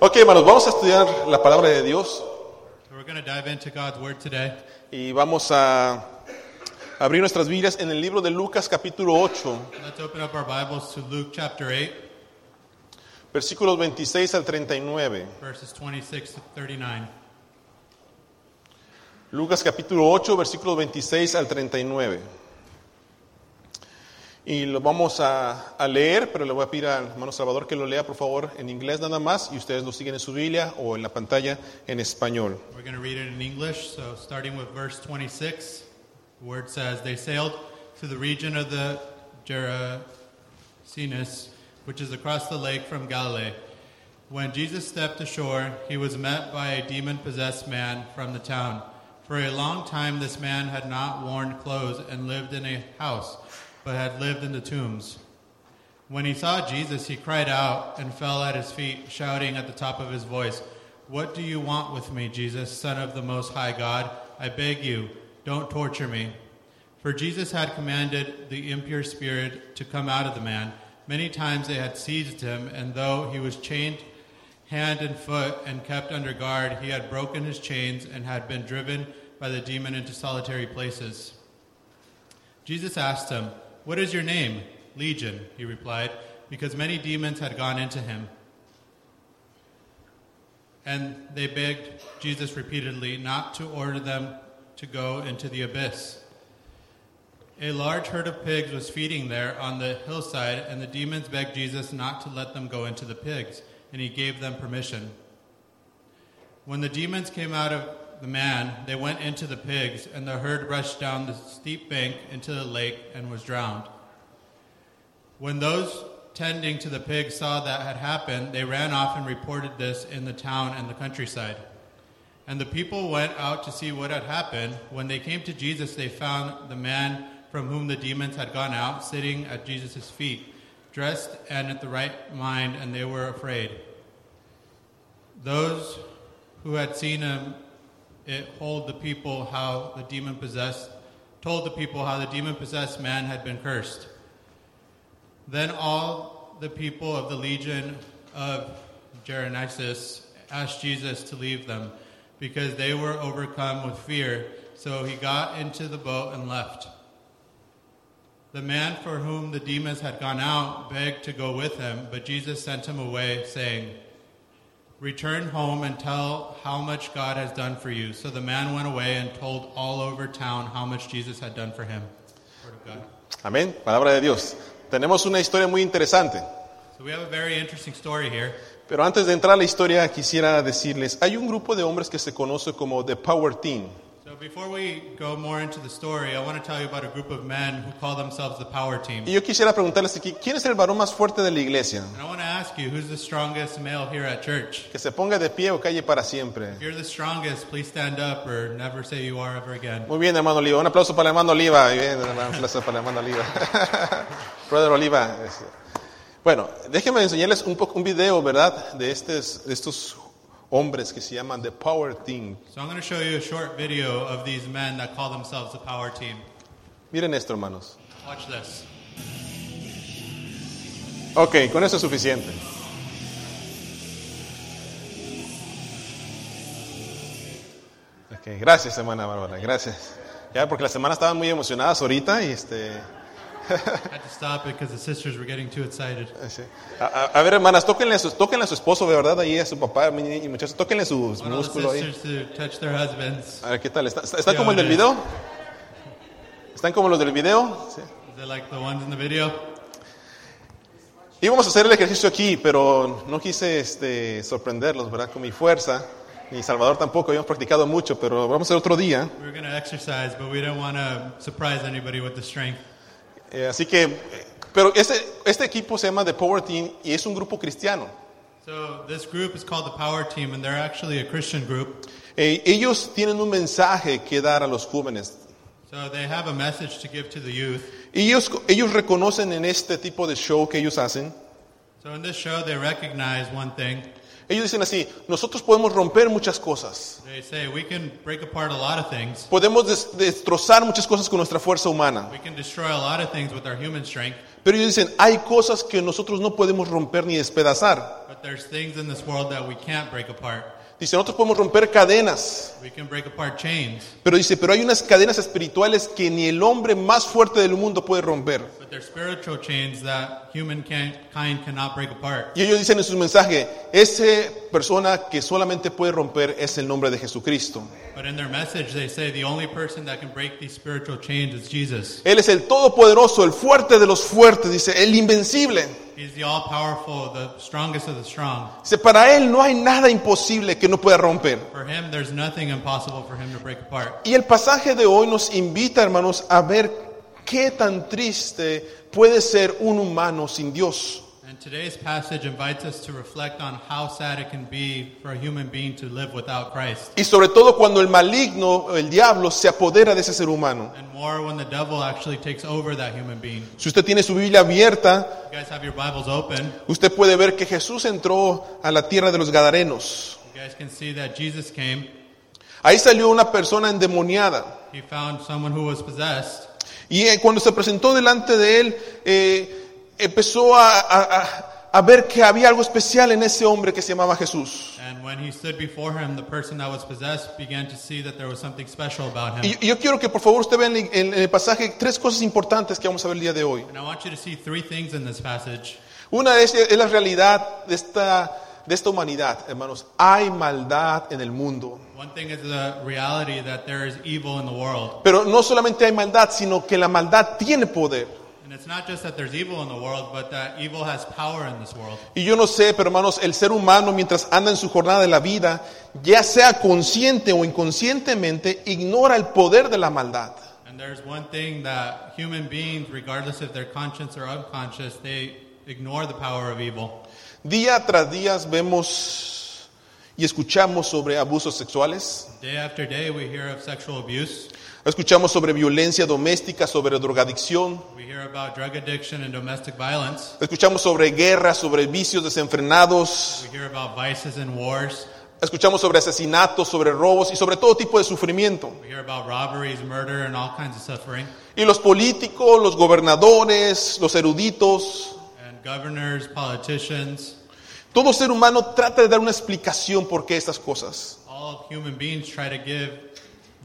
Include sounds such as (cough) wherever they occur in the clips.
Ok, hermanos, vamos a estudiar la palabra de Dios We're going to dive into God's Word today. y vamos a abrir nuestras Biblias en el libro de Lucas capítulo 8, Let's open up our Bibles to Luke chapter 8, versículos 26 al 39. verses 26 to 39. Lucas capítulo 8, versículos 26 al 39. Y lo vamos a, a leer, pero le voy a pedir al hermano Salvador que lo lea, por favor, en inglés nada más, y ustedes lo siguen en su Biblia o en la pantalla en español. We're going to read it in English. So, starting with verse 26, the word says, They sailed to the region of the Gerasenes, which is across the lake from Galilee. When Jesus stepped ashore, he was met by a demon possessed man from the town. For a long time, this man had not worn clothes and lived in a house, but had lived in the tombs. When he saw Jesus, he cried out and fell at his feet, shouting at the top of his voice, What do you want with me, Jesus, Son of the Most High God? I beg you, don't torture me. For Jesus had commanded the impure spirit to come out of the man. Many times they had seized him, and though he was chained hand and foot and kept under guard, he had broken his chains and had been driven by the demon into solitary places. Jesus asked him, What is your name? Legion, he replied, because many demons had gone into him. And they begged Jesus repeatedly not to order them to go into the abyss. A large herd of pigs was feeding there on the hillside, and the demons begged Jesus not to let them go into the pigs, and he gave them permission. When the demons came out of the man, they went into the pigs, and the herd rushed down the steep bank into the lake and was drowned. When those tending to the pigs saw that had happened, they ran off and reported this in the town and the countryside. And the people went out to see what had happened. When they came to Jesus, they found the man from whom the demons had gone out sitting at Jesus' feet, dressed and at the right mind, and they were afraid. Those who had seen him it told the people how the demon possessed told the people how the demon possessed man had been cursed. Then all the people of the legion of Gerenisis asked Jesus to leave them because they were overcome with fear. So he got into the boat and left. The man for whom the demons had gone out begged to go with him, but Jesus sent him away, saying, Return home and tell how much God has done for you. So the man went away and told all over town how much Jesus had done for him. Word of God. Amén, palabra de Dios. Tenemos una historia muy interesante. So we have a very interesting story here. Pero antes de entrar a la historia, quisiera decirles, hay un grupo de hombres que se conoce como The Power Team. So before we go more into the story, I want to tell you about a group of men who call themselves the Power Team. Y yo quisiera preguntarles aquí, ¿quién es el varón más fuerte de la iglesia? And I want to ask you, who's the strongest male here at church? Que se ponga de pie o calle para siempre. If you're the strongest, please stand up or never say you are ever again. Muy bien, hermano Oliva. Un aplauso para el hermano Oliva. Muy bien, hermano, un aplauso para el hermano Oliva. (laughs) Brother Oliva. es- Bueno, déjenme enseñarles un poco un video, ¿verdad? De, estes- de estos hombres que se llaman The Power Team. So I'm going to show you a short video of these men that call themselves the Power Team. Miren esto, hermanos. Watch this. Ok, con eso es suficiente. Ok, gracias, hermana Bárbara, gracias. Ya, porque las semanas estaban muy emocionadas ahorita y este. I had to stop it because the sisters were getting too excited. sí. A, a- a ver, hermanas, tóquenle a, su, tóquenle a su esposo, de verdad, ahí a su papá mi- y muchachos, tóquenle sus I want all músculos the ahí. sisters to touch their husbands. A ver, ¿qué tal? ¿Está, está- está como el del video? ¿Están como los del video? Sí. Is it like the ones in the video? Íbamos a hacer el ejercicio aquí, pero no quise este, sorprenderlos, ¿verdad? Con mi fuerza, ni Salvador tampoco, habíamos practicado mucho, pero vamos a hacer otro día. We were going to exercise, but we didn't want to surprise anybody with the strength. Eh, así que, eh, pero este, este equipo se llama The Power Team y es un grupo cristiano. So this group is called the Power Team, and they're actually a Christian group. Eh, ellos tienen un mensaje que dar a los jóvenes. So they have a message to give to the youth. Y ellos, ellos reconocen en este tipo de show que ellos hacen, So in this show, they recognize one thing. ellos dicen así, nosotros podemos romper muchas cosas, They say we can break apart a lot of things. podemos des- destrozar muchas cosas con nuestra fuerza humana, We can destroy a lot of things with our human strength, Pero ellos dicen, hay cosas que nosotros no podemos romper ni despedazar. But there's things in this world that we can't break apart. Dice, nosotros podemos romper cadenas. We can break apart chains, Pero dice, pero hay unas cadenas espirituales que ni el hombre más fuerte del mundo puede romper. but there's spiritual chains that human can, kind cannot break apart. Y ellos dicen en su mensaje, esa persona que solamente puede romper es el nombre de Jesucristo. But in their message, they say the only person that can break these spiritual chains is Jesus. Él es el todopoderoso, el fuerte de los fuertes, dice, el invencible. He's the all powerful, the strongest of the strong. Dice, para él no hay nada imposible que no pueda romper. For him, there's nothing impossible for him to break apart. Y el pasaje de hoy nos invita, hermanos, a ver qué tan triste puede ser un humano sin Dios. And today's passage invites us to reflect on how sad it can be for a human being to live without Christ. Y sobre todo cuando el maligno, el diablo, se apodera de ese ser humano. And more when the devil actually takes over that human being. Si usted tiene su Biblia abierta, You guys have your Bibles open. You usted puede ver que Jesús entró a la tierra de los Gadarenos. guys can see that Jesus came. Ahí salió una persona endemoniada. He found someone who was possessed. Y eh, cuando se presentó delante de él, eh, empezó a, a- a- a ver que había algo especial en ese hombre que se llamaba Jesús. And when he stood before him, the person that was possessed began to see that there was something special about Y him. yo- y yo quiero que por favor usted vea en el- en el pasaje tres cosas importantes que vamos a ver el día de hoy. And I want you to see three things in this passage. Una es, es la realidad de esta, de esta humanidad, hermanos. Hay maldad en el mundo. One thing is the reality that there is evil in the world. Pero no solamente hay maldad, sino que la maldad tiene poder. And it's not just that there's evil in the world, but that evil has power in this world. Y yo no sé, pero hermanos, el ser humano mientras anda en su jornada de la vida, ya sea consciente o inconscientemente, ignora el poder de la maldad. And there's one thing that human beings, regardless if they're conscious or unconscious, they ignore the power of evil. Día tras día vemos y escuchamos sobre abusos sexuales, Day after day, we hear of sexual abuse. escuchamos sobre violencia doméstica, sobre drogadicción, We hear about drug addiction and domestic violence. escuchamos sobre guerras, sobre vicios desenfrenados, We hear about vices and wars. Escuchamos sobre asesinatos, sobre robos y sobre todo tipo de sufrimiento. We hear about robberies, murder, and all kinds of suffering. Y los políticos, los gobernadores, los eruditos, And governors, politicians, todo ser humano trata de dar una explicación por qué estas cosas. all human beings try to give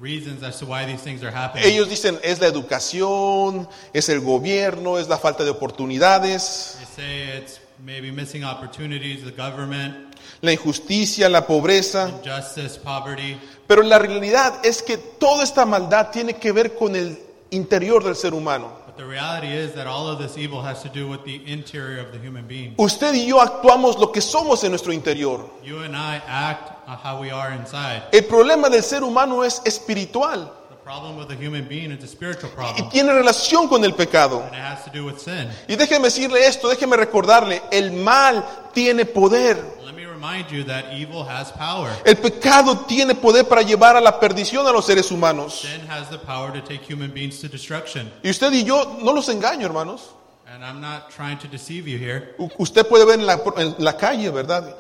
reasons as to why these things are happening. Ellos dicen, es la educación, es el gobierno, es la falta de oportunidades, They say it's maybe missing opportunities, the government, la injusticia, la pobreza. injustice, poverty. Pero la realidad es que toda esta maldad tiene que ver con el interior del ser humano. But the reality is that all of this evil has to do with the interior of the human being. Usted y yo actuamos lo que somos en nuestro interior. You and I act on how we are inside. El problema del ser humano es espiritual. The problem with the human being is a spiritual y problem, tiene relación con el pecado. and it has to do with sin. Y déjeme decirle esto, déjeme recordarle, el mal tiene poder. Let me remind you that evil has power. El pecado tiene poder para llevar a la perdición a los seres humanos. Sin has the power to take human beings to destruction. Y usted y yo, no los engaño, hermanos. And I'm not trying to deceive you here. U- usted puede ver en la, en la calle, ¿verdad?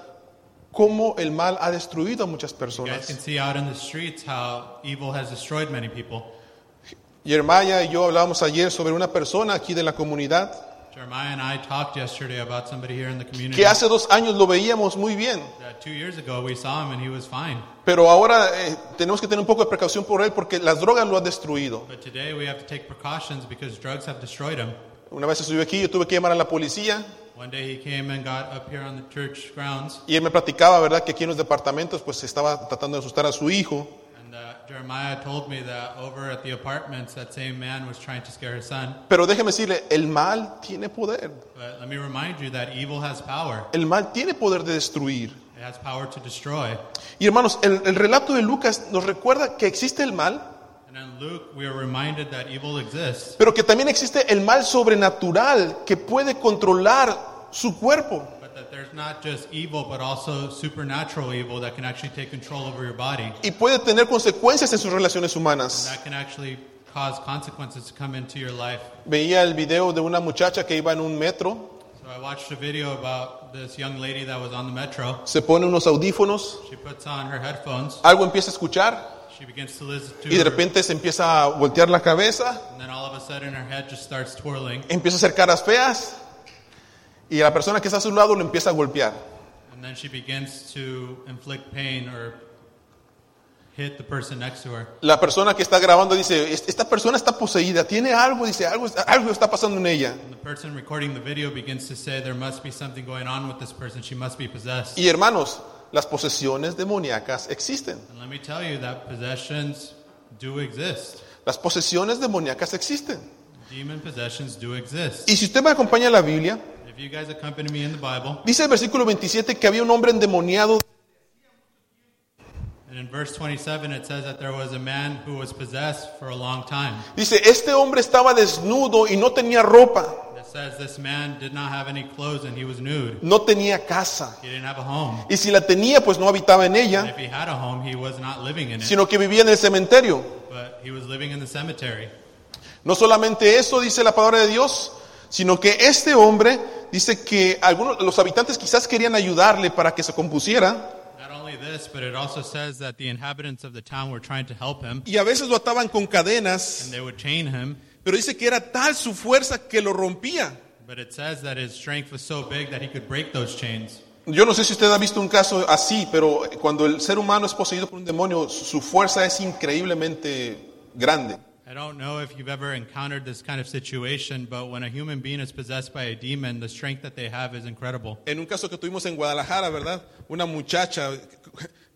Cómo el mal ha destruido a muchas You guys can personas. see out in the streets how evil has destroyed many people. Yermaya y yo hablábamos ayer sobre una persona aquí de la comunidad Jeremiah and I talked yesterday about somebody here in the community que hace dos años lo veíamos muy bien, that two years ago we saw him and he was fine. pero ahora eh, tenemos que tener un poco de precaución por él porque las drogas lo han destruido. But today we have to take precautions because drugs have destroyed him. Una vez estuve aquí, yo tuve que llamar a la policía One day he came and got up here on the church grounds, y él me platicaba, ¿verdad?, que aquí en los departamentos pues estaba tratando de asustar a su hijo. and uh, Jeremiah told me that over at the apartments, that same man was trying to scare his son. Pero déjeme decirle, el mal tiene poder. But let me remind you that evil has power. El mal tiene poder de destruir. It has power to destroy. Y hermanos, el, el relato de Lucas nos recuerda que existe el mal, And in Luke, we are reminded that evil exists, pero que también existe el mal sobrenatural que puede controlar su cuerpo. but that there's not just evil, but also supernatural evil that can actually take control over your body. Y puede tener consecuencias en sus relaciones humanas. That can actually cause consequences to come into your life. Veía el video de una muchacha que iba en un metro, So I watched a video about this young lady that was on the metro. se pone unos audífonos, She puts on her headphones. algo empieza a escuchar She begins to listen to y de her, repente se empieza a voltear la cabeza, and then all of a sudden her head just starts twirling, empieza a hacer caras feas y la persona que está a su lado lo empieza a golpear. and then she begins to inflict pain or hit the person next to her. La persona que está grabando dice, "Es- esta persona está poseída, tiene algo, dice, algo, algo está pasando en ella. And the person recording the video begins to say there must be something going on with this person. She must be possessed. Y hermanos, las posesiones demoníacas existen. And let me tell you that possessions do exist. Las posesiones demoníacas existen. Demon possessions do exist. Y si usted me acompaña a la Biblia, If you guys accompany me in the Bible, dice el versículo 27 que había un hombre endemoniado and in verse 27 it says that there was a man who was possessed for a long time. Dice, este hombre estaba desnudo y no tenía ropa, It says this man did not have any clothes and he was nude. no tenía casa. He didn't have a home. Y si la tenía, pues no habitaba en And ella, if he had a home, he was not living in it, sino que vivía en el cementerio. but he was living in the cemetery. No solamente eso, dice la palabra de Dios, sino que este hombre dice que algunos, los habitantes quizás querían ayudarle para que se compusiera Not only this, but it also says that the inhabitants of the town were trying to help him, y a veces lo ataban con cadenas, and they would chain him. pero dice que era tal su fuerza que lo rompía. But it says that his strength was so big that he could break those chains. Yo no sé si usted ha visto un caso así, pero cuando el ser humano es poseído por un demonio, su su fuerza es increíblemente grande. I don't know if you've ever encountered this kind of situation, but when a human being is possessed by a demon, the strength that they have is incredible. en un caso que tuvimos en Guadalajara, ¿verdad? Una muchacha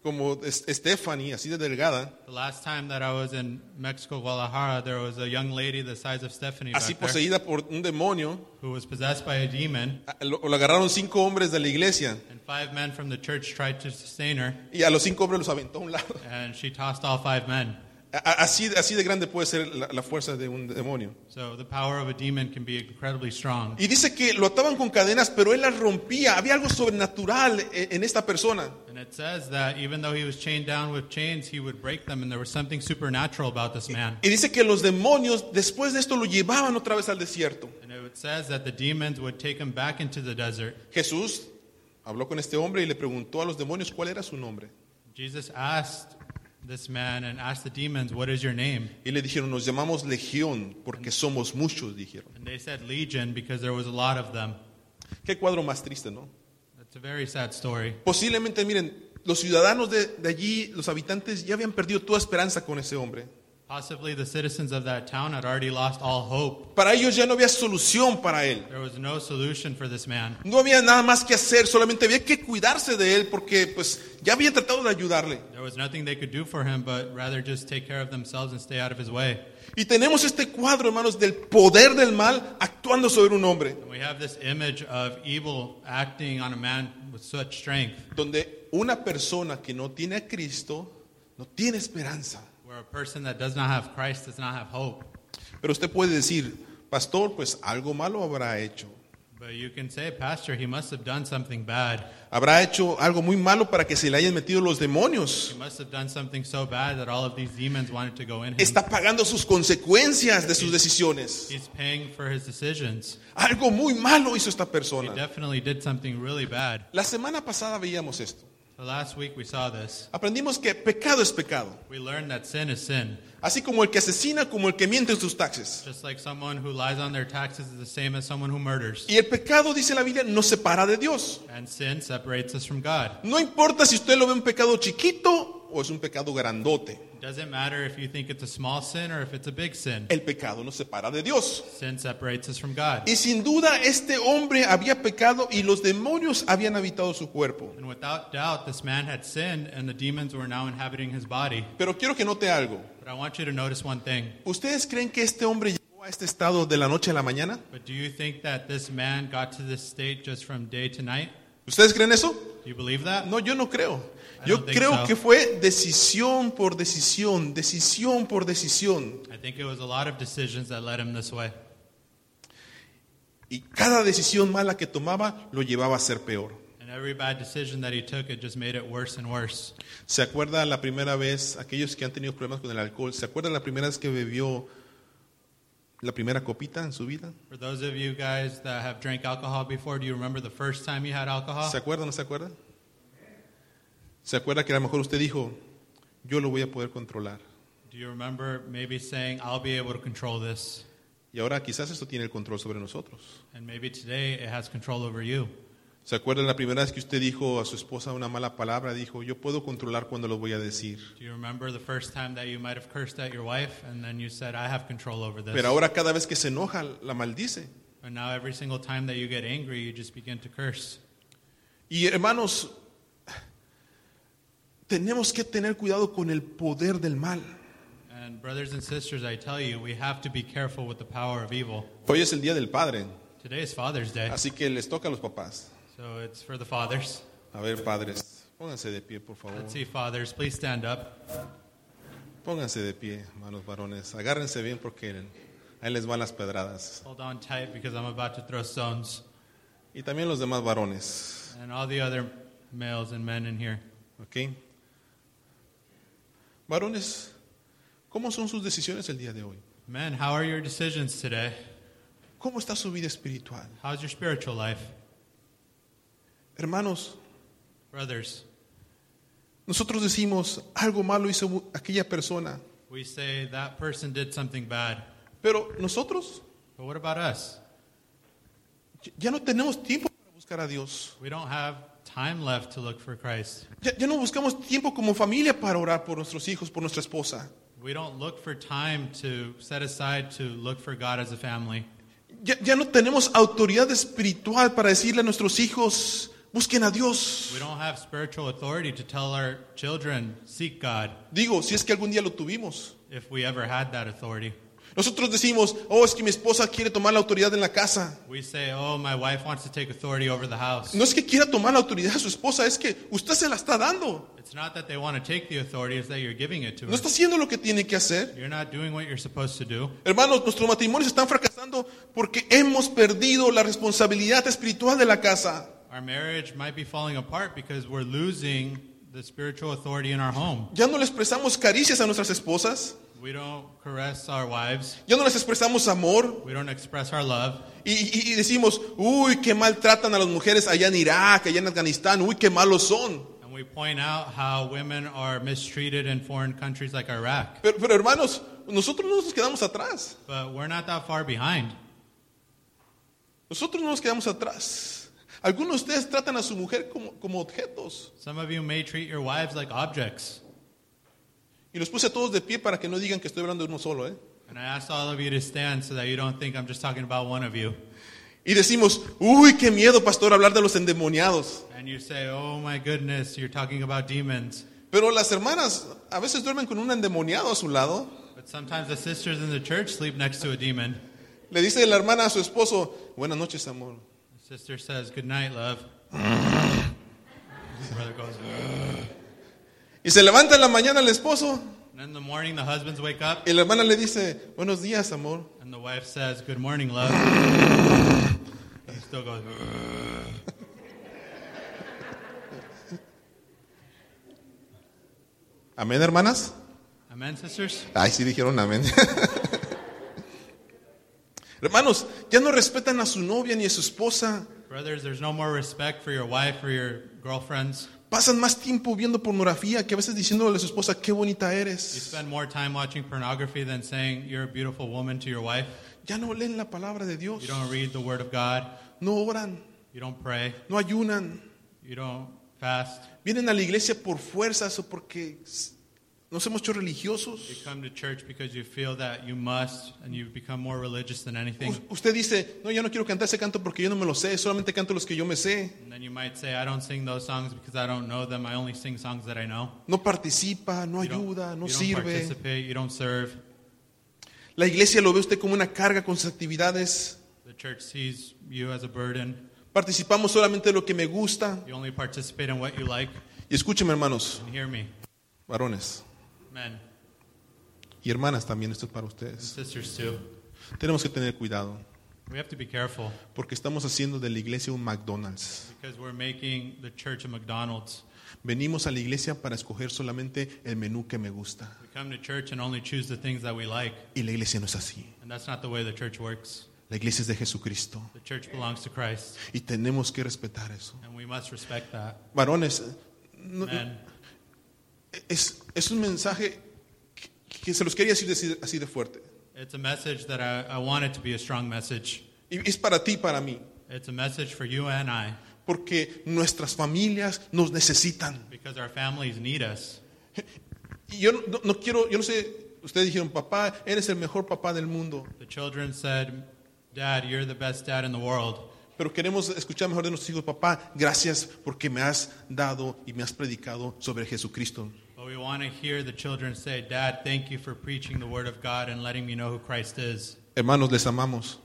como Es- Stephanie, así de delgada, The last time that I was in Mexico, Guadalajara, there was a young lady the size of Stephanie así back there, poseída por un demonio. who was possessed by a demon, a- Lo, lo agarraron cinco hombres de la iglesia and five men from the church tried to sustain her, y a los cinco hombres los aventó a un lado. (laughs) and she tossed all five men. A- a- así, así de grande puede ser la, la fuerza de un demonio. So the power of a demon can be incredibly strong. Y dice que lo ataban con cadenas, pero él las rompía. Había algo sobrenatural e, en, en esta persona. And it says that even though he was chained down with chains, he would break them, and there was something supernatural about this man. Y dice que los demonios, después de esto, lo llevaban otra vez al desierto. And it says that the demons would take him back into the desert. Jesús habló con este hombre y le preguntó a los demonios cuál era su nombre. Jesus asked this man and asked the demons, What is your name? Y le dijeron, nos llamamos legión porque somos muchos, dijeron. And they said Legion because there was a lot of them. Qué cuadro más triste, ¿no? That's a very sad story. Posiblemente, miren, los ciudadanos de, de allí, los habitantes, ya habían perdido toda esperanza con ese hombre. Possibly the citizens of that town had already lost all hope. Para ellos ya no había solución para él. There was no solution for this man. No había nada más que hacer, solamente había que cuidarse de él porque pues ya habían tratado de ayudarle. There was nothing they could do for him but rather just take care of themselves and stay out of his way. Y tenemos este cuadro, hermanos, del poder del mal actuando sobre un hombre, And we have this image of evil acting on a man with such strength, donde una persona que no tiene a Cristo no tiene esperanza. where a person that does not have Christ does not have hope. Pero usted puede decir, pastor, pues algo malo habrá hecho. But you can say, Pastor, he must have done something bad. Habrá hecho algo muy malo para que se le hayan metido los demonios. He must have done something so bad that all of these demons wanted to go in him. Está pagando sus consecuencias de sus decisiones. He's paying for his decisions. Algo muy malo hizo esta He persona. definitely did something really bad. La semana pasada veíamos esto. So last week we saw this. Aprendimos que pecado es pecado. We learned that sin is sin. Así como el que asesina, como el que miente en sus taxes. Just like someone who lies on their taxes is the same as someone who murders. Y el pecado, dice la Biblia, nos separa de Dios. And sin separates us from God. No importa si usted lo ve un pecado chiquito o es un pecado grandote. Doesn't matter if you think it's a small sin or if it's a big sin. El pecado nos separa de Dios. Sin separates us from God. Y sin duda este hombre había pecado y los demonios habían habitado su cuerpo. And without doubt, this man had sinned and the demons were now inhabiting his body. Pero quiero que note algo. But I want you to notice one thing. ¿Ustedes creen que este hombre llegó a este estado de la noche a la mañana? But do you think that this man got to this state just from day to night? ¿Ustedes creen eso? Do you believe that? No, yo no creo. I Yo don't think creo so. que fue decisión por decisión, decisión por decisión. I think it was a lot of decisions that led him this way. Y cada decisión mala que tomaba lo llevaba a ser peor. And every bad decision that he took, it just made it worse and worse. ¿Se acuerda la primera vez, aquellos que han tenido problemas con el alcohol, ¿se acuerdan la primera vez que bebió la primera copita en su vida? For those of you guys that have drank alcohol before, do you remember the first time you had alcohol? ¿Se acuerda o no se acuerda? ¿Se acuerda que a lo mejor usted dijo, yo lo voy a poder controlar. Do you remember maybe saying, I'll be able to control this? Y ahora quizás esto tiene el control sobre nosotros. And maybe today it has control over you. ¿Se acuerdan la primera vez que usted dijo a su esposa una mala palabra? Dijo, yo puedo controlar cuando lo voy a decir. Do you remember the first time that you might have cursed at your wife and then you said, I have control over this? Pero ahora cada vez que se enoja, la maldice. But now every single time that you get angry, you just begin to curse. Y hermanos, tenemos que tener cuidado con el poder del mal. And brothers and sisters, I tell you, we have to be careful with the power of evil. Hoy es el Día del Padre, Today is Father's Day, así que les toca a los papás. so it's for the fathers. A ver, padres, pónganse de pie, por favor. Let's see, fathers, please stand up. Pónganse de pie, hermanos varones. Agárrense bien porque ahí les van las pedradas. Hold on tight because I'm about to throw stones. Y también los demás varones. And all the other males and men in here. ¿Ok? Varones, ¿cómo son sus decisiones el día de hoy? Men, how are your decisions today? ¿Cómo está su vida espiritual? How's your spiritual life? Hermanos, Brothers, nosotros decimos, algo malo hizo mu- aquella persona, we say that person did something bad. pero nosotros But what about us? ya- ya no tenemos tiempo para buscar a Dios. We don't have time left to look for Christ. Ya, ya no buscamos tiempo como familia para orar por nuestros hijos, por nuestra esposa. We don't look for time to set aside to look for God as a family. Ya, ya no tenemos autoridad espiritual para decirle a nuestros hijos, busquen a Dios. We don't have spiritual authority to tell our children, seek God, Digo, si es que algún día lo tuvimos. if we ever had that authority. Nosotros decimos, oh, es que mi esposa quiere tomar la autoridad en la casa. We say, oh, my wife wants to take authority over the house. No es que quiera tomar la autoridad a su esposa, es que usted se la está dando. It's not that they want to take the authority, it's that you're giving it to No her. está haciendo lo que tiene que hacer. You're not doing what you're supposed to do. Hermanos, nuestros matrimonios están fracasando porque hemos perdido la responsabilidad espiritual de la casa. Our marriage might be falling apart because we're losing the spiritual authority in our home. Ya no le expresamos caricias a nuestras esposas, We don't caress our wives, ya no les expresamos amor we don't express our love. y, y- y decimos, uy, qué maltratan a las mujeres allá en Irak, allá en Afganistán, uy, qué malos son. And we point out how women are mistreated in foreign countries like Iraq. Pero, pero hermanos, nosotros no nos quedamos atrás, But we're not that far behind. nosotros no nos quedamos atrás. Algunos de ustedes tratan a su mujer como- como objetos. Some of you may treat your wives like objects. Y los puse a todos de pie para que no digan que estoy hablando de uno solo. ¿eh? And I asked all of you to stand so that you don't think I'm just talking about one of you. Y decimos, uy, qué miedo, pastor, hablar de los endemoniados. And you say, oh my goodness, you're talking about demons. Pero las hermanas a veces duermen con un endemoniado a su lado. But sometimes the sisters in the church sleep next to a demon. Le dice la hermana a su esposo, buenas noches, amor. The sister says, good night, love. The brother goes, "Ugh." Y se levanta en la mañana el esposo. and in the morning the husbands wake up Y la hermana le dice, buenos días, amor. and the wife says, good morning, love. And he still goes, "Ugh." Amén, hermanas. amen, sisters? Ay, sí dijeron amén. (laughs) Hermanos, ya no respetan a su novia ni a su esposa. Brothers, there's no more respect for your wife or your girlfriends. Pasan más tiempo viendo pornografía que a veces diciéndole a su esposa, qué bonita You eres. spend more time watching pornography than saying you're a beautiful woman to your wife. Ya no leen la palabra de Dios. You don't read the Word of God. No oran, You don't pray. no ayunan. You don't fast. Vienen a la iglesia por fuerzas o porque nos hemos hecho You religiosos. come to church because you feel that you must, and you become more religious than anything. U- Usted dice, no, yo no quiero cantar ese canto porque yo no me lo sé, solamente canto los que yo me sé. And then you might say, I don't sing those songs because I don't know them. I only sing songs that I know. No participa, no You don't, ayuda, no you don't sirve. participate. You don't serve. La iglesia lo ve usted como una carga con sus actividades. The church sees you as a burden. Participamos solamente de lo que me gusta. You only participate in what you like. Y escúcheme, hermanos, And hear me, varones men, y hermanas también, esto es para ustedes. sisters too. Tenemos que tener cuidado We have to be careful porque estamos haciendo de la iglesia un McDonald's. because we're making the church a McDonald's. Venimos a la iglesia para escoger solamente el menú que me gusta. We come to church and only choose the things that we like, Y la iglesia no es así. and that's not the way the church works. La iglesia es de Jesucristo. The church belongs to Christ, Y tenemos que respetar eso. and we must respect that. Varones, no- Men, es, Es un mensaje que, que se los quería decir así- así de fuerte. It's a message that I, I want it to be a strong message. Y es para ti y para mí. It's a message for you and I Porque nuestras familias nos necesitan. because our families need us. Y yo no, no quiero, yo no sé, ustedes dijeron, papá, eres el mejor papá del mundo. The children said, Dad, you're the best dad in the world. Pero queremos escuchar mejor de nuestros hijos, papá, gracias porque me has dado y me has predicado sobre Jesucristo. But we want to hear the children say, Dad, thank you for preaching the word of God and letting me know who Christ is. Hermanos, les amamos.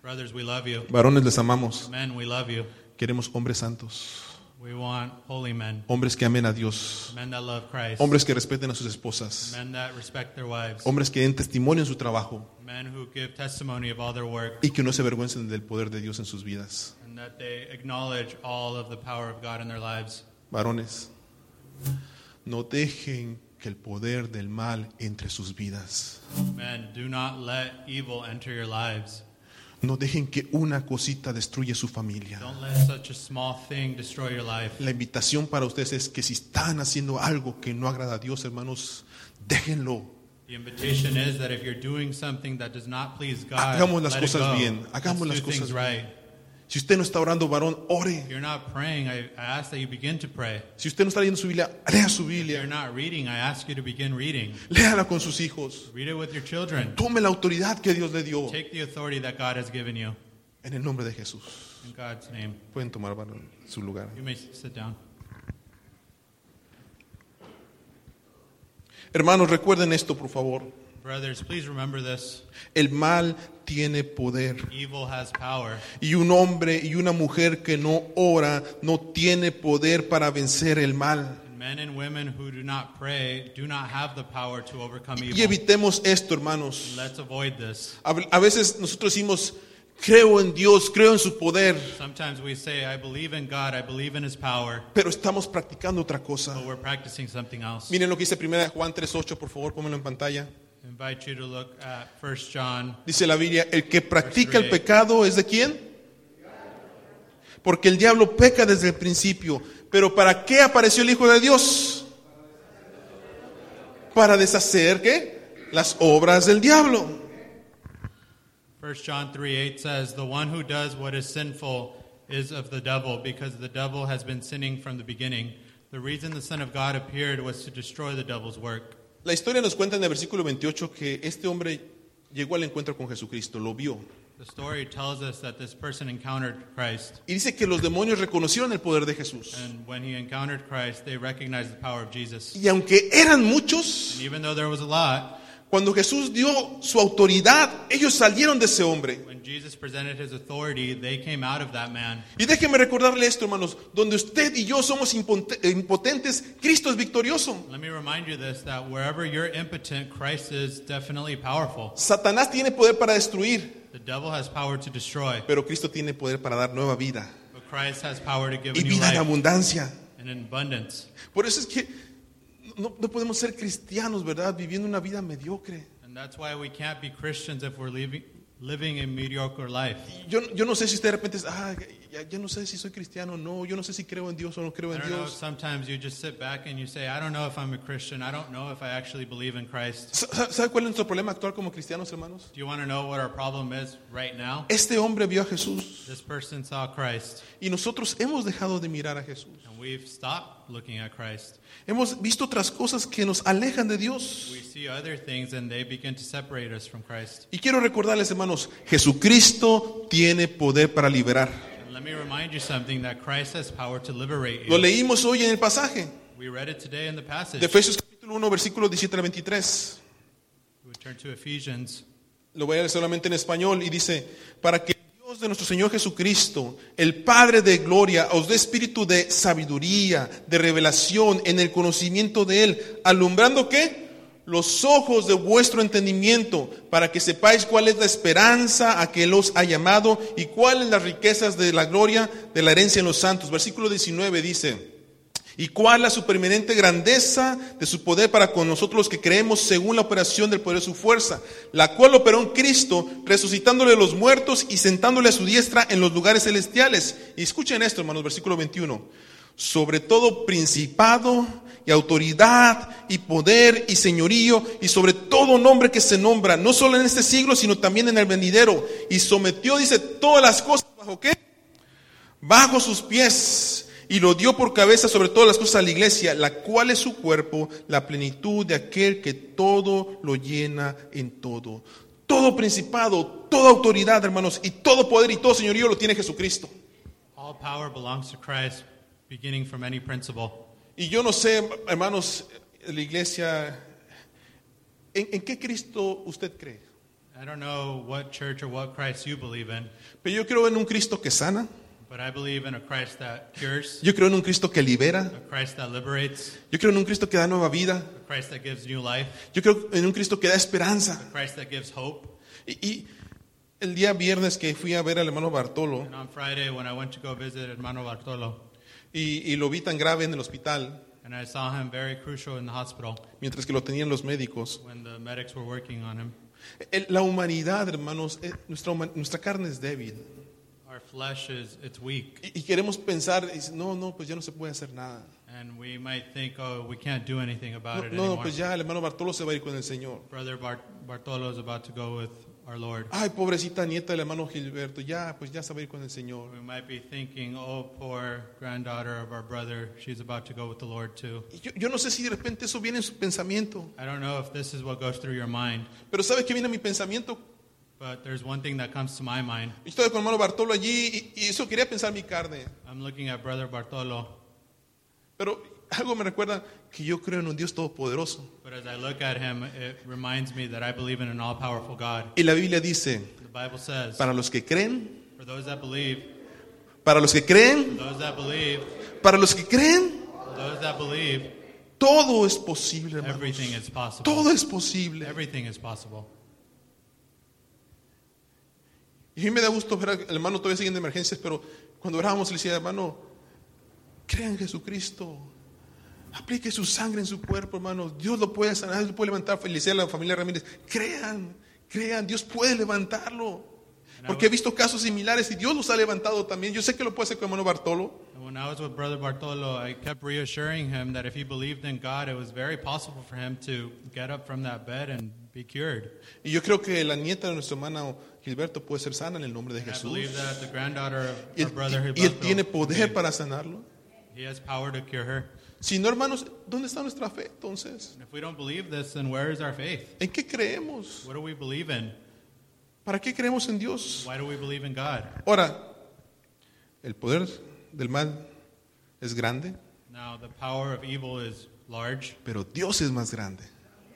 Brothers, we love you. Varones, les amamos. Men, we love you. Queremos hombres santos. We want holy men, Hombres que amen a Dios. men that love Christ, Hombres que respeten a sus esposas. men that respect their wives, Hombres que den testimonio en su trabajo men who give testimony of all their work, y que no se avergüencen del poder de Dios en sus vidas. and that they acknowledge all of the power of God in their lives. Varones, no dejen que el poder del mal entre sus vidas. Men, do not let evil enter your lives. No dejen que una cosita destruya su familia. Don't let such a small thing destroy your life. La invitación para ustedes es que si están haciendo algo que no agrada a Dios, hermanos, déjenlo. The invitation is that if you're doing something that does not please God, Hagamos las let it cosas go. bien. Hagamos las Let's do things cosas bien. right. Si usted no está orando, varón, If ore. you're not praying, I, I ask that you begin to pray. Si usted no está leyendo su Biblia, lea su If you're Biblia. not reading, I ask you to begin reading. Léala con sus hijos. Read it with your children. Tome la autoridad que Dios le dio. Take the authority that God has given you. En el nombre de Jesús. In God's name. Pueden tomar varón, su lugar. You may sit down. Hermanos, recuerden esto, por favor. Brothers, please remember this. El mal tiene poder. Evil has power. Y un hombre y una mujer que no ora no tiene poder para vencer el mal. And men and women who do not pray do not have the power to overcome Y evil. evitemos esto, hermanos. Let's avoid this. A a veces nosotros decimos, creo en Dios, creo en su poder, Sometimes we say, I believe in God, I believe in his power, pero estamos practicando otra but cosa. we're practicing something else. Miren lo que dice 1 Juan 3.8, por favor, pónganlo en pantalla. I invite you to look at 1 John. Dice la Biblia, el que practica el pecado es de quién? Porque el diablo peca desde el principio. Pero ¿para qué apareció el Hijo de Dios? Para deshacer qué? Las obras del diablo. 1 John 3 8 says, The one who does what is sinful is of the devil, because the devil has been sinning from the beginning. The reason the Son of God appeared was to destroy the devil's work. La historia nos cuenta en el versículo 28 que este hombre llegó al encuentro con Jesucristo, lo vio. The story tells us that this person encountered Christ, Y dice que los demonios reconocieron el poder de Jesús. and when he encountered Christ, they recognized the power of Jesus. Y aunque eran muchos, And even though there was a lot, cuando Jesús dio su autoridad, ellos salieron de ese hombre. when Jesus presented his authority, they came out of that man. Y déjenme recordarle esto, hermanos, donde usted y yo somos imponte- eh, impotentes, Cristo es victorioso. Let me remind you this that wherever you're impotent, Christ is definitely powerful. Satanás tiene poder para destruir, The devil has power to destroy, pero Cristo tiene poder para dar nueva vida but Christ has power to give a y new vida en life abundancia. and in abundance. Por eso es que no, no podemos ser cristianos, ¿verdad? Viviendo una vida mediocre. And that's why we can't be Christians if we're living, living a mediocre life. Yo, yo no sé si usted de repente es, ah, ya, ya no sé si soy cristiano o no, yo no sé si creo en Dios o no creo I en don't know if Dios. sometimes you just sit back and you say, I don't know if I'm a Christian. I don't know if I actually believe in Christ. Sa- ¿Sabe cuál es nuestro problema actual como cristianos, hermanos? Do you want to know what our problem is right now? Este hombre vio a Jesús This person saw Christ, y nosotros hemos dejado de mirar a Jesús. and we've stopped looking at Christ. Hemos visto otras cosas que nos alejan de We Dios. see other things, and they begin to separate us from Christ. Y quiero recordarles, hermanos, Jesucristo tiene poder para liberar. And let me remind you something that Christ has power to liberate Lo you. leímos hoy en el pasaje We read it today in the passage. de Efesios capítulo 1, versículo 17 al 23. We turn to Ephesians. Lo voy a leer solamente en español y dice, para que el Dios de nuestro Señor Jesucristo, el Padre de Gloria, os dé espíritu de sabiduría, de revelación en el conocimiento de Él, alumbrando qué? Los ojos de vuestro entendimiento, para que sepáis cuál es la esperanza a que Él os ha llamado y cuáles las riquezas de la gloria de la herencia en los santos. Versículo 19 dice, y cuál la supereminente grandeza de su poder para con nosotros los que creemos según la operación del poder de su fuerza, la cual operó en Cristo, resucitándole de los muertos y sentándole a su diestra en los lugares celestiales. Y escuchen esto, hermanos, versículo 21. Sobre todo principado y autoridad y poder y señorío y sobre todo nombre que se nombra, no solo en este siglo, sino también en el venidero. Y sometió, dice, todas las cosas bajo qué? Bajo sus pies. Y lo dio por cabeza sobre todas las cosas a la iglesia, la cual es su cuerpo, la plenitud de aquel que todo lo llena en todo. Todo principado, toda autoridad, hermanos, y todo poder y todo señorío lo tiene Jesucristo. All power belongs to Christ, beginning from any principle. Y yo no sé, hermanos, la iglesia, ¿en, en qué Cristo usted cree? I don't know what church or what Christ you believe in, Pero yo creo en un Cristo que sana, but I believe in a Christ that cures, yo creo en un Cristo que libera, a Christ that liberates, yo creo en un Cristo que da nueva vida, a Christ that gives new life, yo creo en un Cristo que da esperanza. a Christ that gives hope. Y, y el día viernes que fui a ver al hermano Bartolo And on Friday, when I went to go visit Hermano Bartolo, y, y lo vi tan grave en el hospital, and I saw him very crucial in the hospital mientras que lo tenían los médicos, when the medics were working on him, el- la humanidad, hermanos, eh, nuestra, huma- nuestra carne es débil. our flesh is it's weak, Y, y queremos pensar, y dice, no, no, pues ya no se puede hacer nada. and we might think, oh, we can't do anything about No, it no, anymore. pues ya el hermano Bartolo se va a ir con el Señor. Brother Bart- Bartolo is about to go with our Lord. Ay, pobrecita nieta del hermano Gilberto, ya, pues ya se va a ir con el Señor. We might be thinking, oh, poor granddaughter of our brother, she's about to go with the Lord too. Y Yo, yo no sé si de repente eso viene en su pensamiento, I don't know if this is what goes through your mind, pero ¿sabes qué viene a mi pensamiento? but there's one thing that comes to my mind. Yo Estaba con el hermano Bartolo allí y, y eso quería pensar mi carne, I'm looking at Brother Bartolo, pero algo me recuerda que yo creo en un Dios todopoderoso. but as I look at him, it reminds me that I believe in an all powerful God. Y la Biblia dice, The Bible says, para los que creen, for those that believe, para los que creen, for those that believe, para los que creen, for those that believe, todo es posible, hermanos. everything is Todo possible. es posible. Everything is possible. Y a mí me da gusto ver al hermano todavía siguen de emergencias, pero cuando orábamos le decía, hermano, crea en Jesucristo, aplique su sangre en su cuerpo, hermano, Dios lo puede sanar, Dios lo puede levantar. Le decía a la familia Ramírez, crean, crean, Dios puede levantarlo. Porque he visto casos similares y Dios los ha levantado también. Yo sé que lo puede hacer con hermano Bartolo. And when I was with Brother Bartolo, I kept reassuring him that if he believed in God, it was very possible for him to get up from that bed and be cured. Y yo creo que la nieta de nuestro hermano Gilberto puede ser sana en el nombre de And I Jesús. believe that the granddaughter Y of él, our brother y él Gilberto, tiene poder para sanarlo. he has power to cure her. Si no, hermanos, ¿dónde está nuestra fe entonces? And if we don't believe this, then where is our faith? ¿En qué creemos? What do we believe in? ¿Para qué creemos en Dios? Why do we believe in God? Ahora, el poder del mal es grande, Now, the power of evil is large, pero Dios es más grande.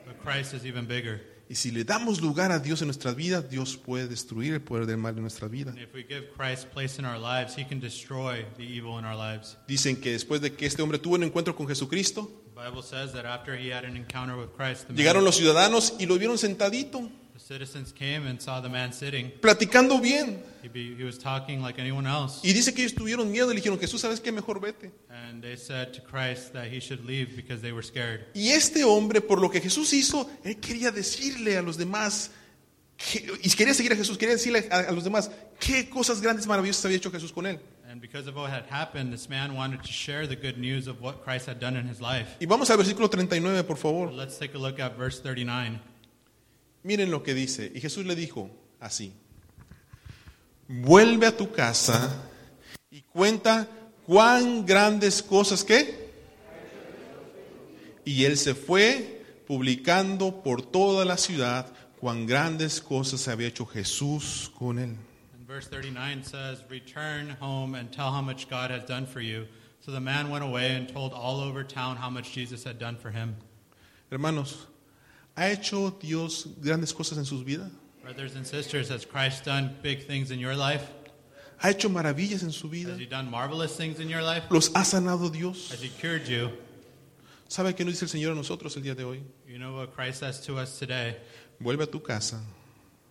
but Christ is even bigger. Y si le damos lugar a Dios en nuestras vidas, Dios puede destruir el poder del mal en nuestra vida. And if we give Christ place in our lives, he can destroy the evil in our lives. Dicen que después de que este hombre tuvo un encuentro con Jesucristo, The Bible says that after he had an encounter with Christ, the, llegaron man, los ciudadanos y lo vieron sentadito, the citizens came and saw the man sitting. platicando bien. He, be, he was talking like anyone else. Y dice que ellos tuvieron miedo y le dijeron, Jesús, ¿sabes qué? Mejor vete. And they said to Christ that he should leave because they were scared. Y este hombre, por lo que Jesús hizo, él quería decirle a los demás, que- y quería seguir a Jesús, quería decirle a, a los demás qué cosas grandes, maravillosas había hecho Jesús con él. And because of what had happened, this man wanted to share the good news of what Christ had done in his life. Y vamos al versículo 39, por favor. Let's take a look at verse 39. Miren lo que dice. Y Jesús le dijo así, vuelve a tu casa y cuenta cuán grandes cosas que... Y él se fue publicando por toda la ciudad cuán grandes cosas había hecho Jesús con él. And verse 39 says, Return home and tell how much God has done for you. So the man went away and told all over town how much Jesus had done for him. Hermanos, ¿ha hecho Dios grandes cosas en sus vidas? Brothers and sisters, has Christ done big things in your life? ¿Ha hecho maravillas en su vida? Has he done marvelous things in your life? ¿Los ha sanado Dios? Has he cured you? ¿Sabe qué nos dice el Señor a nosotros el día de hoy? You know what Christ says to us today Vuelve a tu casa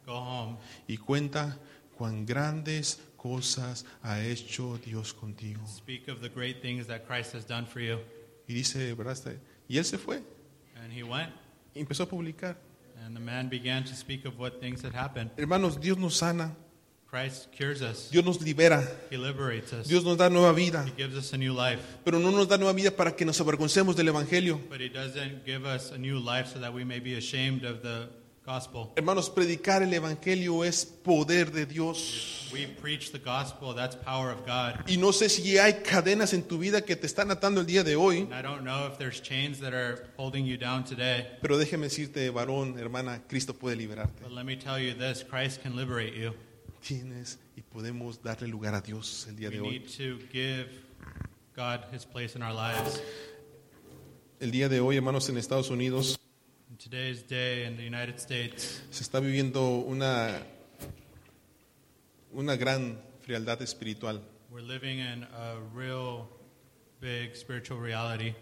go home y cuenta cuán grandes cosas ha hecho Dios contigo. Speak of the great things that Christ has done for you. Y dice, ¿verdad? Este- Y él se fue And he went, y empezó a publicar. and the man began to speak of what things had happened. Hermanos, Dios nos sana, Christ cures us. Dios nos libera, He liberates us. Dios nos da nueva vida, He gives us a new life. pero no nos da nueva vida para que nos avergoncemos del Evangelio. But He doesn't give us a new life so that we may be ashamed of the gospel. Hermanos, predicar el Evangelio es poder de Dios. We preach the gospel, that's power of God. Y no sé si hay cadenas en tu vida que te están atando el día de hoy, And I don't know if there's chains that are holding you down today, pero déjeme decirte, varón, hermana, Cristo puede liberarte. but let me tell you this Christ can liberate you. Tienes y podemos darle lugar a Dios el día We de hoy. need to give God His place in our lives. El día de hoy, hermanos, en Estados Unidos In today's day in the United States, se está viviendo una, una gran frialdad espiritual. we're living in a real big spiritual reality.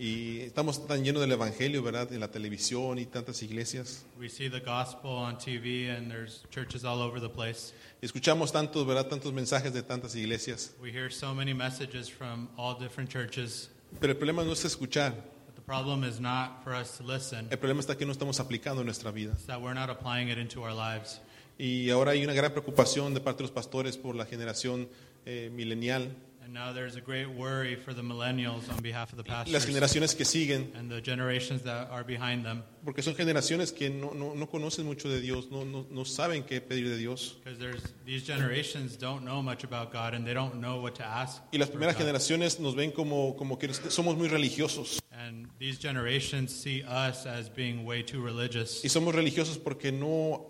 Y estamos tan llenos del Evangelio, ¿verdad? En la televisión y tantas iglesias. We see the gospel on TV, and there's churches all over the place. Escuchamos tantos, ¿verdad? Tantos mensajes de tantas iglesias. We hear so many messages from all different churches. Pero el problema no es escuchar. But the problem is not for us to listen, El problema está que no estamos aplicando en nuestra vida. it's that we're not applying it into our lives. Y ahora hay una gran preocupación de parte de los pastores por la generación eh, milenial. And now there's a great worry for the millennials on behalf of the Y las pastors generaciones que siguen. and the generations that are behind them Porque son generaciones que no, no, no conocen mucho de Dios, no, no, no saben qué pedir de Dios. because there's these generations don't know much about God and they don't know what to ask. Y las for primeras God. generaciones nos ven como, como que somos muy religiosos. And these generations see us as being way too religious. Y somos religiosos porque no,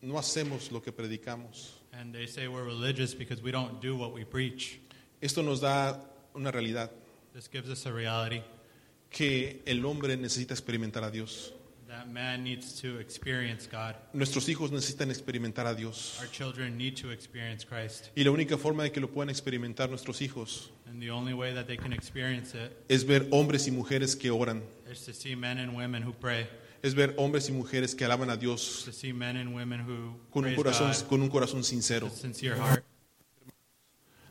no hacemos lo que predicamos. And they say we're religious because we don't do what we preach. Esto nos da una realidad, This gives us a reality que el hombre necesita experimentar a Dios. that man needs to experience God. Nuestros hijos necesitan experimentar a Dios. Our children need to experience Christ. Y la única forma de que lo puedan experimentar nuestros hijos And the only way that they can experience it es ver hombres y mujeres que oran, is to see men and women who pray, es ver hombres y mujeres que alaban a Dios to see men and women who con un praise corazón, God con un corazón sincero. with a sincere heart.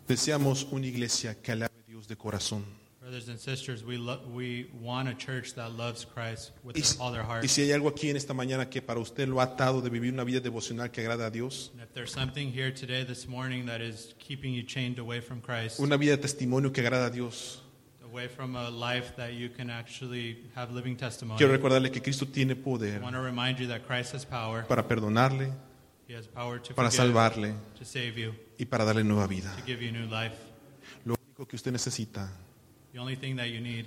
Deseamos una iglesia que alabe a Dios de corazón. Brothers and sisters, we, lo- we want a church that loves Christ with Y, si- all their heart. y si hay algo aquí en esta mañana que para usted lo ha atado de vivir una vida devocional que agrada a Dios, And if there's something here today, this morning, that is keeping you chained away from Christ, una vida de testimonio que agrada a Dios, away from a life that you can actually have living testimony, quiero recordarle que Cristo tiene I poder want to remind you that Christ has power. para perdonarle, He has power to para forgive, salvarle to save you, y para darle nueva vida. to give you new life. Lo único que usted necesita The only thing that you need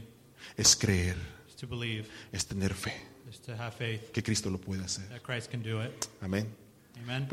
es creer, is to believe, es tener fe, is to have faith que Cristo lo puede hacer. that Christ can do it. Amén. Amen. Pues